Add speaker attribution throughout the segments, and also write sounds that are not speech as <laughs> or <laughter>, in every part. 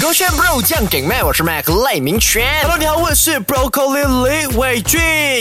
Speaker 1: 勾选 bro 酱给麦，我是 Mac 赖明全。
Speaker 2: Hello，你好，我是 Broccoli 李伟俊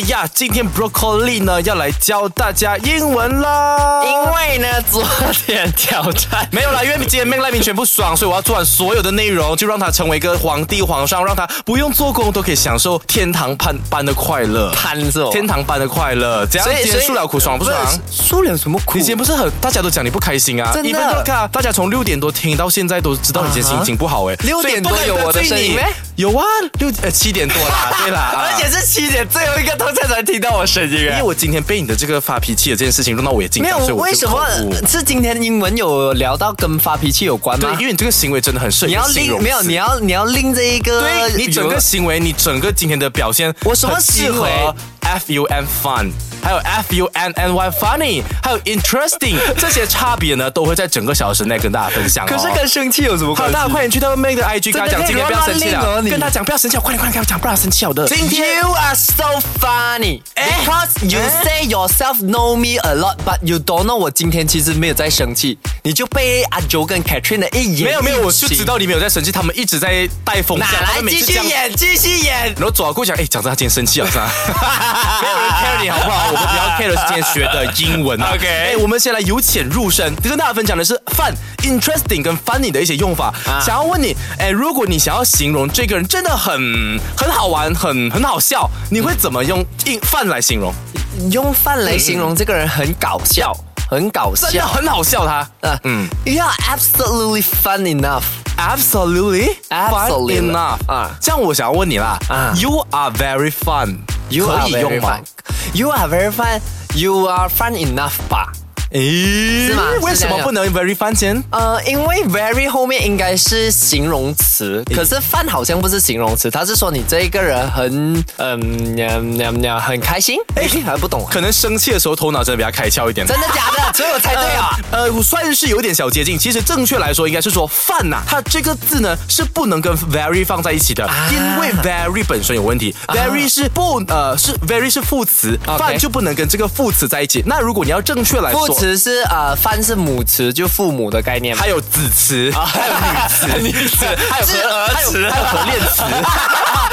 Speaker 2: 呀。今天 Broccoli 呢要来教大家英文啦。
Speaker 1: 因为呢，昨天挑战
Speaker 2: 没有啦，因为今天命赖明全不爽，所以我要做完所有的内容，就让他成为一个皇帝皇上，让他不用做工都可以享受天堂般般的快乐，
Speaker 1: 潘是哦，
Speaker 2: 天堂般的快乐。怎样
Speaker 1: 所以
Speaker 2: 今天诉了苦爽不爽？
Speaker 1: 输了什么苦？
Speaker 2: 你今
Speaker 1: <laughs>
Speaker 2: 天不是很，大家都讲你不开心啊？
Speaker 1: 真的
Speaker 2: 一分都看，大家从六点多听到现在都知道你今天心情不好哎、
Speaker 1: 6
Speaker 2: 所以
Speaker 1: 点多
Speaker 2: 不可以
Speaker 1: 有我的
Speaker 2: 得罪
Speaker 1: 声音
Speaker 2: 你
Speaker 1: 咩
Speaker 2: 有啊，六呃七点多啦，对啦， <laughs> 啊
Speaker 1: 而且是七点最后一个通才才听到我声音
Speaker 2: 因为
Speaker 1: 哎。
Speaker 2: 我今天被你的这个发脾气的这件事情弄到我也紧
Speaker 1: 没
Speaker 2: 张，
Speaker 1: 有
Speaker 2: 所以，我
Speaker 1: 为
Speaker 2: 就
Speaker 1: 什
Speaker 2: 口
Speaker 1: 么
Speaker 2: 误
Speaker 1: 是今天英文有聊到跟发脾气有关
Speaker 2: 对
Speaker 1: 吗，？
Speaker 2: 因为你这个行为真的很适合
Speaker 1: 你要
Speaker 2: 形
Speaker 1: 拎
Speaker 2: 容词
Speaker 1: 没有？你要你要拎这一个语文，
Speaker 2: 对你整个行为，你整个今天的表现，
Speaker 1: 我什么
Speaker 2: 很适
Speaker 1: 行为
Speaker 2: 合 f u n fun，还有 f u n n y funny，还有 interesting 这些差别呢，都会在整个小时内跟大家分享、哦。
Speaker 1: 可是跟生气有什么
Speaker 2: 好，
Speaker 1: 关系
Speaker 2: 大家？快点去到 May 的 IG 跟他讲，
Speaker 1: 真的可以
Speaker 2: 今天不要生气
Speaker 1: 乱乱练
Speaker 2: 了
Speaker 1: 哦，你
Speaker 2: 跟他讲不要生气了，快点快点跟他讲，不然他生气了的。
Speaker 1: 今天 You are so funny
Speaker 2: 哎
Speaker 1: because you
Speaker 2: 哎
Speaker 1: say yourself know me a lot, but you don't know 我今天其实没有在生气，你就被阿 Jo 跟 Catherine 的一言
Speaker 2: 没有没有，
Speaker 1: 一
Speaker 2: 我就
Speaker 1: 行
Speaker 2: 知道你没有在生气，他们一直在带风向，
Speaker 1: 哪
Speaker 2: 他
Speaker 1: 来
Speaker 2: 们每
Speaker 1: 继
Speaker 2: 次这
Speaker 1: 续
Speaker 2: 样
Speaker 1: 演继续演。
Speaker 2: 然后走啊过去讲，哎，讲真，他今天生气了，
Speaker 1: <laughs>
Speaker 2: 是吧？没有人 care 你好不好？我们不要 care 是今天学的英文啊。
Speaker 1: <laughs> OK
Speaker 2: 哎，我们先来由浅入深，跟大家分享的是 fun、interesting 跟 funny 的一些用法。
Speaker 1: 啊
Speaker 2: 想要问你，哎，如果你想要形容这个人真的很很好玩、很很好笑，你会怎么用 in fun 来形容？
Speaker 1: 用饭来形容这个人很搞笑，很搞
Speaker 2: 嗯真的
Speaker 1: 笑。
Speaker 2: 很好笑，他。
Speaker 1: 嗯，You are absolutely fun enough.
Speaker 2: Absolutely,
Speaker 1: Absolutely.
Speaker 2: fun enough 啊
Speaker 1: 啊！
Speaker 2: 这样我想要问你啦、
Speaker 1: 啊
Speaker 2: y o u are very fun，可
Speaker 1: are
Speaker 2: 以用
Speaker 1: very
Speaker 2: 吗
Speaker 1: fun.？You are very fun. You are fun enough 吧？
Speaker 2: 诶，
Speaker 1: 是吗是这样
Speaker 2: 为什么
Speaker 1: 用
Speaker 2: 不能 very fun 先？
Speaker 1: 呃，因为 very 后面应该是形容词，可是饭好像不是形容词，他是说你这一个人很嗯呀呀呀很开心。哎，还不懂啊？
Speaker 2: 可能生气的时候头脑真的比较开窍一点。
Speaker 1: 真的假
Speaker 2: <laughs>
Speaker 1: 的？所以我猜对啊。
Speaker 2: 呃，呃，我算是有点小接近。其实正确来说，应该是说“饭”呐，它这个字呢是不能跟 “very” 放在一起的，
Speaker 1: 啊
Speaker 2: 因为 “very” 本身有问题。“very” 是不呃是 “very” 是副词，
Speaker 1: OK
Speaker 2: 饭就不能跟这个副词在一起。那如果你要正确来说，
Speaker 1: 副词是呃，饭是母词，就父母的概念嘛。
Speaker 2: 还有子词，
Speaker 1: 啊
Speaker 2: 还有女词，女词，还有
Speaker 1: 是
Speaker 2: 和
Speaker 1: 儿
Speaker 2: 还有
Speaker 1: 词
Speaker 2: 还有 <laughs> 和恋词，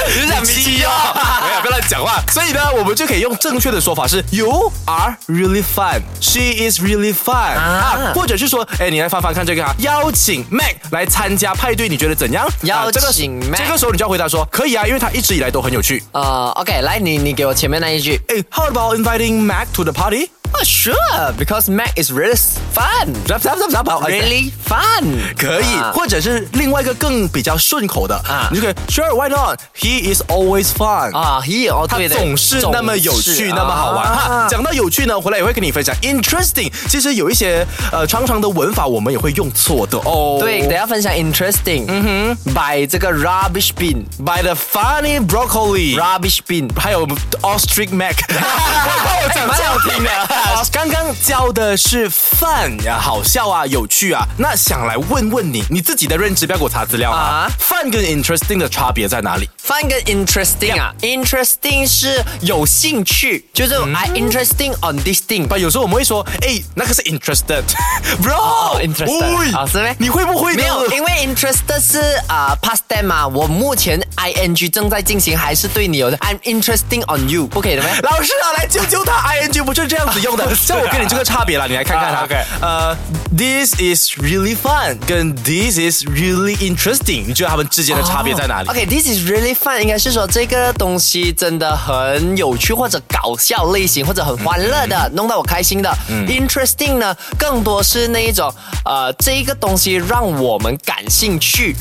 Speaker 1: 你
Speaker 2: 你
Speaker 1: 想
Speaker 2: 七哦， <laughs> 没有，不要乱讲话。所以呢，我们就可以用正确的说法是 You are really fun, she is really fun 啊
Speaker 1: 啊，
Speaker 2: 或者是说，哎，你来翻翻看这个哈，邀请 Mac 来参加派对，你觉得怎样？啊
Speaker 1: 邀
Speaker 2: 这个
Speaker 1: 请 Mac
Speaker 2: 这个时候你就要回答说可以啊，因为他一直以来都很有趣。
Speaker 1: 呃，OK，来你你给我前面那一句。
Speaker 2: 哎，How about inviting Mac to the party？
Speaker 1: Oh, sure, because Mac is really fun.
Speaker 2: 咋咋咋咋咋
Speaker 1: Really fun.
Speaker 2: 哎可以，
Speaker 1: 啊
Speaker 2: 或者是另外一个更比较顺口的，
Speaker 1: 啊
Speaker 2: 你就可以 Sure why not? He is always fun
Speaker 1: 啊，也哦，
Speaker 2: 他
Speaker 1: 对的，
Speaker 2: 总是那么有
Speaker 1: 总是
Speaker 2: 趣，那么好玩哈。
Speaker 1: 啊
Speaker 2: 讲到有趣呢，回来也会跟你分享 interesting。其实有一些呃长长的文法，我们也会用错的哦。
Speaker 1: 对，等一下分享 interesting。嗯哼，by 这个 rubbish bin。
Speaker 2: ，by the funny broccoli。
Speaker 1: Rubbish bin，
Speaker 2: 还有 ostrich
Speaker 1: <laughs>
Speaker 2: mac，我讲
Speaker 1: 蛮
Speaker 2: 这样
Speaker 1: 好听的。
Speaker 2: 啊刚刚教的是饭呀，好笑啊，有趣啊。那想来问问你，你自己的认知，不要给我查资料啊
Speaker 1: 啊。
Speaker 2: 饭跟 interesting 的差别在哪里？
Speaker 1: 翻个 interesting 啊，interesting 是有兴趣，就是 I interesting on this thing。
Speaker 2: 嗯不，有时候我们会说，哎，那个是 <laughs> interested，bro，
Speaker 1: 哦，interested，
Speaker 2: 喂
Speaker 1: 啊是咩
Speaker 2: 你会不会呢
Speaker 1: 没有，因为 interested 是啊、past tense 嘛，我目前 ing 正在进行，还是对你有的 I'm interesting on you，不可以的咩？
Speaker 2: 老师啊，来救救他！ing 不是这样子
Speaker 1: <laughs>
Speaker 2: 用的，像我跟你这个差别了，你来看看
Speaker 1: 啊
Speaker 2: 哈
Speaker 1: ，OK。
Speaker 2: 呃，this is really fun 跟 this is really interesting，你觉得他们之间的差别在哪里？
Speaker 1: 哦 OK，this、is really fun，应该是说这个东西真的很有趣，或者搞笑类型，或者很欢乐的，弄到我开心的。Interesting 呢，更多是那一种，呃，这一个东西让我们感兴 <gasps> 趣，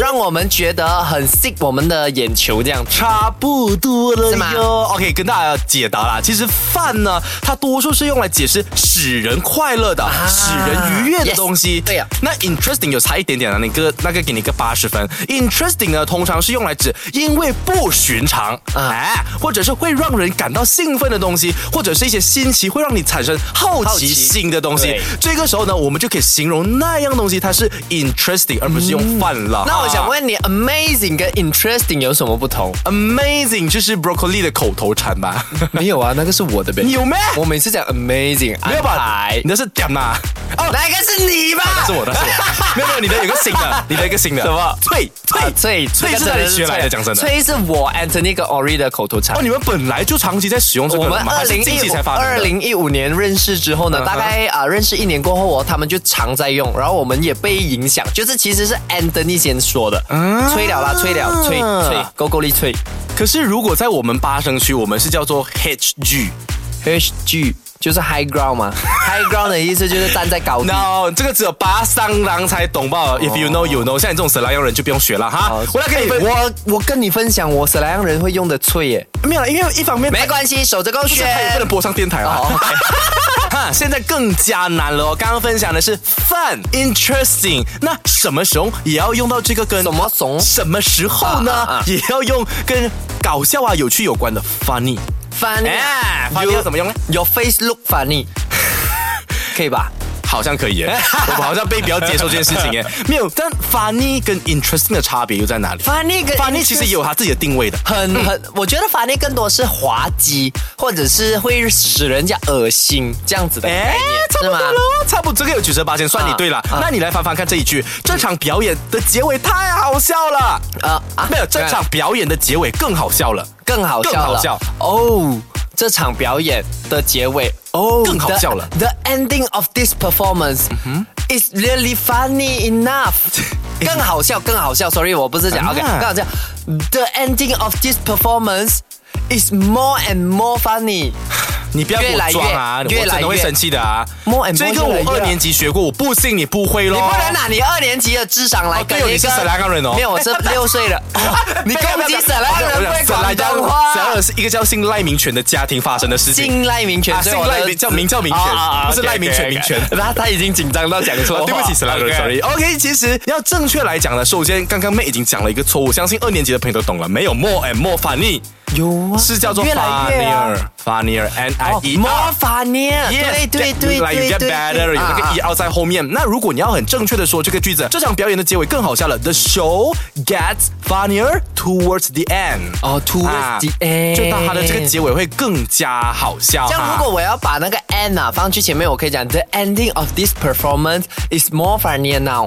Speaker 1: 让我们觉得很 sick 我们的眼球这样。
Speaker 2: 差不多了
Speaker 1: 是吗
Speaker 2: 哟。OK，跟大家解答啦。其实饭呢，它多多数是用来解释使人快乐的、使人愉悦的
Speaker 1: 啊 yes，
Speaker 2: 东西。
Speaker 1: 对呀
Speaker 2: 那 interesting 有差一点点啊了，那个那个给你个八十分。interesting 呢，通常是用来指因为不寻常，
Speaker 1: 啊
Speaker 2: 哎、或者是会让人感到兴奋的东西，或者是一些新奇，会让你产生好
Speaker 1: 好
Speaker 2: 奇
Speaker 1: 奇
Speaker 2: 心的东西
Speaker 1: 对。
Speaker 2: 这个时候呢，我们就可以形容那样东西它是 interesting，而不是用饭了。
Speaker 1: 嗯那我想
Speaker 2: 啊
Speaker 1: 问你，amazing 跟 interesting 有什么不同？
Speaker 2: Amazing 就是 broccoli 的口头禅
Speaker 1: <laughs>
Speaker 2: 吧？
Speaker 1: 没有啊，那个是我的呗
Speaker 2: 你有咩？
Speaker 1: 我每次讲 amazing
Speaker 2: 没有
Speaker 1: 安
Speaker 2: 吧
Speaker 1: 排？
Speaker 2: 你的是点嘛？哦，
Speaker 1: 那个是你吧？
Speaker 2: 是我的，是我的。
Speaker 1: <laughs>
Speaker 2: 没有没有，你的有个新的，你的一个新的。
Speaker 1: 什么
Speaker 2: 脆
Speaker 1: 啊
Speaker 2: 脆
Speaker 1: 翠
Speaker 2: 脆
Speaker 1: 这个
Speaker 2: 是哪
Speaker 1: 真
Speaker 2: 里
Speaker 1: 的
Speaker 2: 学来的？
Speaker 1: 翠
Speaker 2: 讲真的。
Speaker 1: 翠是我 Anthony 跟 Ori 的口头禅
Speaker 2: 哦，。你们本来就长期在使用这个
Speaker 1: 我们
Speaker 2: 了吗
Speaker 1: 二
Speaker 2: 还是
Speaker 1: 零
Speaker 2: 近
Speaker 1: 一
Speaker 2: 期才
Speaker 1: 五
Speaker 2: 发
Speaker 1: 二
Speaker 2: 明的嗯
Speaker 1: 零一五年认识之后呢，
Speaker 2: 哼
Speaker 1: 大概啊、认识一年过后哦，他们就常在用，然后我们也被影响，就是其实是 Anthony 先说的，
Speaker 2: 啊
Speaker 1: 吹了啦，吹了，吹吹，勾勾力吹
Speaker 2: 可是如果在我们八声区，我们是叫做 HG。
Speaker 1: ，H G 就是 High Ground
Speaker 2: <laughs>
Speaker 1: 嘛，High Ground 的意思就是站在高地。
Speaker 2: No，这个只有八三郎才懂吧？If you know,
Speaker 1: 哦
Speaker 2: you know。像你这种死拉洋人就不用学了哈
Speaker 1: 好。哎
Speaker 2: 我来给你分，
Speaker 1: 我我跟你分享，我是莱阳人会用的脆耶，
Speaker 2: 没有啦，因为一方面
Speaker 1: 没关系，守着勾
Speaker 2: 不是
Speaker 1: 选。
Speaker 2: 他也不能播上电台了。
Speaker 1: 哦
Speaker 2: OK <laughs> 哈，现在更加难了哦。刚刚分享的是 fun interesting，那什么时候也要用到这个跟
Speaker 1: 什么怂
Speaker 2: 什么时候呢？
Speaker 1: 啊啊啊
Speaker 2: 也要用跟搞笑啊、有趣有关的 funny。
Speaker 1: 嗯 funny，
Speaker 2: 哎，funny 要怎么用呢
Speaker 1: ？Your face look
Speaker 2: <laughs>
Speaker 1: funny，可以吧？
Speaker 2: 好像可以
Speaker 1: <laughs>
Speaker 2: 耶，我们好像被比较接受这件事情耶。没有，但 funny 跟 interesting 的差别又在哪里
Speaker 1: funny 跟
Speaker 2: funny 其实也有它自己的定位的。
Speaker 1: <laughs> 很很，我觉得 funny 更多是滑稽，或者是会使人家恶心这样子的概
Speaker 2: 哎
Speaker 1: 念，，
Speaker 2: 差不
Speaker 1: 是
Speaker 2: 多
Speaker 1: 吗？
Speaker 2: 喽，差不多，这个有九十八千，算你对了。
Speaker 1: 啊啊
Speaker 2: 那你来翻翻看这一句，这场表演的结尾太好笑了。
Speaker 1: 啊啊
Speaker 2: 没有，这场表演的结尾更好笑了，
Speaker 1: 更好笑
Speaker 2: 更好
Speaker 1: 了
Speaker 2: 笑
Speaker 1: 哦。这场表演的结尾哦，
Speaker 2: 更好笑了
Speaker 1: Oh, The, the ending of this performance、is
Speaker 2: Mm-hmm.
Speaker 1: really funny enough 。
Speaker 2: <laughs>
Speaker 1: <laughs> 更好笑，更好笑。Sorry，我不是讲、
Speaker 2: 啊
Speaker 1: OK，更好笑。The ending of this performance is more and more funny。
Speaker 2: <laughs> 你不要给
Speaker 1: 越来
Speaker 2: 我
Speaker 1: 越
Speaker 2: 装啊，我
Speaker 1: 越来
Speaker 2: 真的会
Speaker 1: 越
Speaker 2: 生气的啊
Speaker 1: More。and
Speaker 2: 这
Speaker 1: more，
Speaker 2: 个
Speaker 1: 越来
Speaker 2: 我
Speaker 1: 越
Speaker 2: 二年级学过，我不信你不会咯。
Speaker 1: 你不能拿你二年级的智商来
Speaker 2: 哦
Speaker 1: 跟
Speaker 2: 对
Speaker 1: 一
Speaker 2: 哦
Speaker 1: 个
Speaker 2: 你是沈阳人
Speaker 1: <laughs>
Speaker 2: 哦
Speaker 1: 没有，我是六岁
Speaker 2: <laughs>
Speaker 1: 的。你攻
Speaker 2: 哦
Speaker 1: 击沈阳人不会广东话
Speaker 2: 沈。是一个叫姓赖明权的家庭发生的事情。
Speaker 1: 姓赖明权，
Speaker 2: 啊
Speaker 1: 所以我
Speaker 2: 姓赖
Speaker 1: 的
Speaker 2: 明叫名叫明权
Speaker 1: 啊啊啊
Speaker 2: 不是赖明权
Speaker 1: OK，OK，OK
Speaker 2: 明权
Speaker 1: 他他已经紧张到讲错
Speaker 2: 啊
Speaker 1: 话，
Speaker 2: 对不起，沈阳人
Speaker 1: OK
Speaker 2: ，sorry。OK，其实要正确来讲呢，首先刚刚妹已经讲了一个错误，相信二年级的朋友都懂了，没有 more and more funny
Speaker 1: 有啊，
Speaker 2: 是叫做
Speaker 1: 越来越啊
Speaker 2: funnier，funnier and
Speaker 1: 哦
Speaker 2: I e
Speaker 1: ，more funnier，对
Speaker 2: Yes,
Speaker 1: 对
Speaker 2: that-
Speaker 1: 对
Speaker 2: like
Speaker 1: 对
Speaker 2: you get
Speaker 1: 对
Speaker 2: better，有那个 e
Speaker 1: 啊
Speaker 2: r 在后面。那如果你要很正确的说这个句子，这场表演的结尾更好笑了。The show gets funnier towards the end。
Speaker 1: 哦，towards
Speaker 2: 啊
Speaker 1: the end，
Speaker 2: 就到它的这个结尾会更加好笑。
Speaker 1: 哎这样，如果我要把那个 end 啊放去前面，我可以讲 the ending of this performance is more funnier now，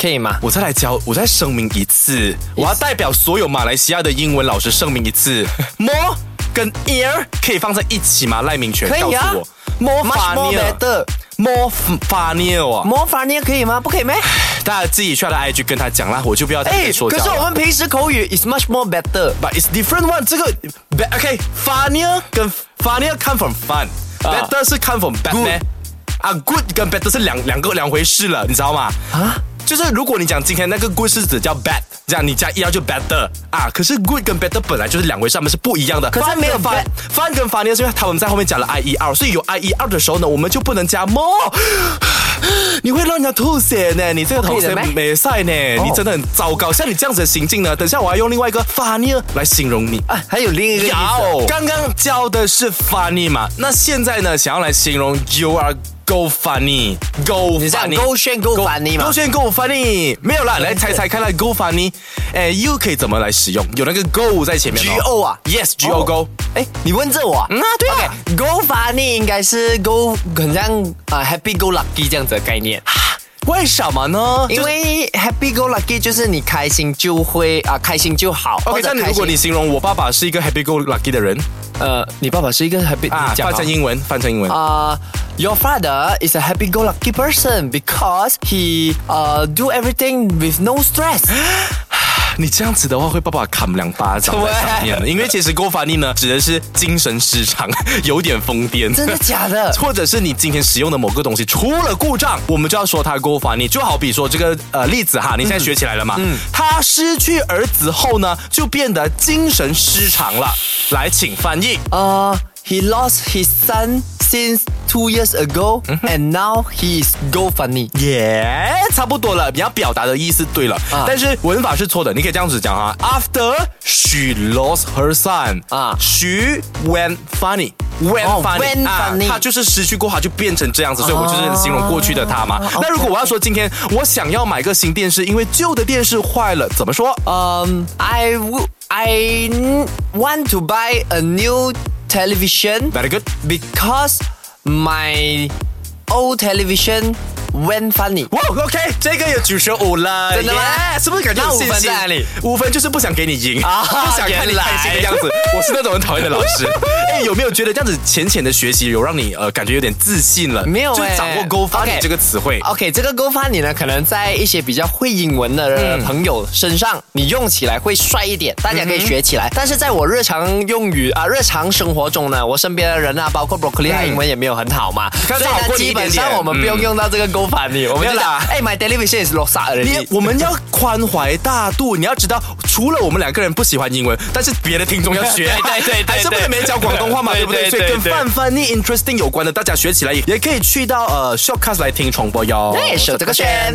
Speaker 1: 可 <laughs> 以吗？
Speaker 2: 我再来教，我再声明一次，我要代表所有马来西亚的英文老师声明一
Speaker 1: <laughs>
Speaker 2: 次，more 跟 ear 可以放在一起吗？赖明权
Speaker 1: 可
Speaker 2: 告
Speaker 1: 以
Speaker 2: 诉
Speaker 1: 啊
Speaker 2: 我，more
Speaker 1: Much more
Speaker 2: funnier，more
Speaker 1: better。
Speaker 2: funnier 哦。
Speaker 1: 模仿你也可以吗？不可以
Speaker 2: <laughs>
Speaker 1: 咩？
Speaker 2: 大家自己去他的 IG 跟他讲啦，我就不要再说教
Speaker 1: 哎可
Speaker 2: 了。
Speaker 1: 是我们平时口语 is much more better。
Speaker 2: But it's different one. 这个 be- OK funnier 跟 funnier come from fun，
Speaker 1: 啊
Speaker 2: better 是 come from bad
Speaker 1: Good
Speaker 2: 咩啊，good 跟 better 是两两个两回事了，你知道吗？啊，就是如果你讲今天那个 good 是指叫 bad，这样你加 er 就 better 啊。可是 good 跟 better 本来就是两回事，他们是不一样的。
Speaker 1: 可是没有
Speaker 2: fun
Speaker 1: bad-
Speaker 2: 跟 fun，fun 跟 funnier 是因为他们在后面加了 i e r，所以有 i e r 的时候呢，我们就不能加 more。你会让人家吐血呢！你这个
Speaker 1: 不
Speaker 2: 同
Speaker 1: 可以
Speaker 2: 学
Speaker 1: 的咩
Speaker 2: 没赛呢，
Speaker 1: 哦
Speaker 2: 你真的很糟糕。像你这样子的行径呢，等下我要用另外一个 funnier 来形容你。
Speaker 1: 啊，还有另一个意思
Speaker 2: 有，刚刚教的是 funny 嘛，那现在呢，想要来形容 you are go funny，go
Speaker 1: 你这样
Speaker 2: funny。
Speaker 1: 勾选勾反你嘛
Speaker 2: 勾？选 go funny 没有啦，来猜猜看啦，go funny，哎，you 可以怎么来使用？有那个 go 在前面哦
Speaker 1: G O 啊
Speaker 2: ，yes G O go，
Speaker 1: 哎，你问这我啊？
Speaker 2: 嗯啊对啊
Speaker 1: OK, go funny 应该是 go，很像啊、happy go lucky 这样子的概念，
Speaker 2: 为什么 <laughs> 呢？
Speaker 1: 因为 happy go lucky 就是你开心就会啊、开心就好。
Speaker 2: OK，
Speaker 1: 或者
Speaker 2: 那你
Speaker 1: 开
Speaker 2: 如
Speaker 1: 心
Speaker 2: 果你形容我爸爸是一个 happy go lucky 的人
Speaker 1: 呃，你爸爸是一个 happy，、
Speaker 2: 啊
Speaker 1: 你，讲
Speaker 2: 翻
Speaker 1: 啊
Speaker 2: 成英文，翻成英文。
Speaker 1: Uh, your father is a happy-go-lucky person because he uh do everything with no
Speaker 2: <gasps>
Speaker 1: stress.
Speaker 2: 你这样子的话，会爸爸砍两巴掌在上面的，因为其实 go funny 呢，指的是精神失常，有点疯癫。
Speaker 1: 真的假的
Speaker 2: <laughs> 或者是你今天使用的某个东西出了故障，我们就要说它 go funny。就好比说这个呃例子哈，你现在学起来了嘛？嗯，他失去儿子后呢，就变得精神失常了。来，请翻译。
Speaker 1: Uh, he lost his son since two years ago,
Speaker 2: Mm-hmm.
Speaker 1: and now he is go funny。
Speaker 2: 耶差不多了。你要表达的意思对了，
Speaker 1: 啊
Speaker 2: 但是文法是错的。你可以这样子讲哈，After she lost her son，
Speaker 1: 啊
Speaker 2: 啊，she went funny。When
Speaker 1: 哦
Speaker 2: funny，、
Speaker 1: went
Speaker 2: 啊
Speaker 1: funny，
Speaker 2: 她就是失去过，她就变成这样子，所以我就是形容过去的她嘛。
Speaker 1: 哦
Speaker 2: 那如果我要说今天我想要买个新电视，因为旧的电视坏了，怎么说？
Speaker 1: Um, I w- I n- want to buy a new television
Speaker 2: Very good。
Speaker 1: because my old television went funny。
Speaker 2: 哇，OK，这个有九十五了，
Speaker 1: 真的吗
Speaker 2: Yeah，是不是感觉
Speaker 1: 那
Speaker 2: 有信
Speaker 1: 五分
Speaker 2: 心
Speaker 1: 在哪里？
Speaker 2: 五分就是不想给你赢， <laughs>
Speaker 1: 啊
Speaker 2: 不想看你开心的样子。我是那种很讨厌的老师。哎，有没有觉得这样子浅浅的学习有让你呃感觉有点自信了？
Speaker 1: 没有
Speaker 2: 就
Speaker 1: 哎
Speaker 2: 掌握 “go funny”
Speaker 1: OK 啊
Speaker 2: 这个词汇。
Speaker 1: OK，这个 Go Funny 呢，可能在一些比较会英文的朋友身上，你用起来会帅一点，大家可以学
Speaker 2: 嗯
Speaker 1: 起来。但是在我日常用语啊、日常生活中呢，我身边的人啊，包括 Broccoli，、他英文也没有很好嘛，所
Speaker 2: 嗯
Speaker 1: 以
Speaker 2: 刚才好
Speaker 1: 呢，
Speaker 2: 过你
Speaker 1: 基
Speaker 2: 一点
Speaker 1: 本
Speaker 2: 点
Speaker 1: 上我们不用用到这个 Go Funny，、我们就
Speaker 2: 没有
Speaker 1: 讲
Speaker 2: 啦，
Speaker 1: 哎、m y television is lost
Speaker 2: 你
Speaker 1: already。
Speaker 2: 我们要宽怀大度，你要知道，除了我们两个人不喜欢英文，但是别的听众要学，
Speaker 3: 对对对对
Speaker 2: 还是不能没教广东话嘛，对不对？
Speaker 3: 对对
Speaker 2: 所
Speaker 3: 对
Speaker 2: 以跟
Speaker 3: 对
Speaker 2: 泛泛 y interesting 有关的，大家学起来也也可以去到呃 shortcast 来听重播哟。
Speaker 1: 哎对，手这个圈。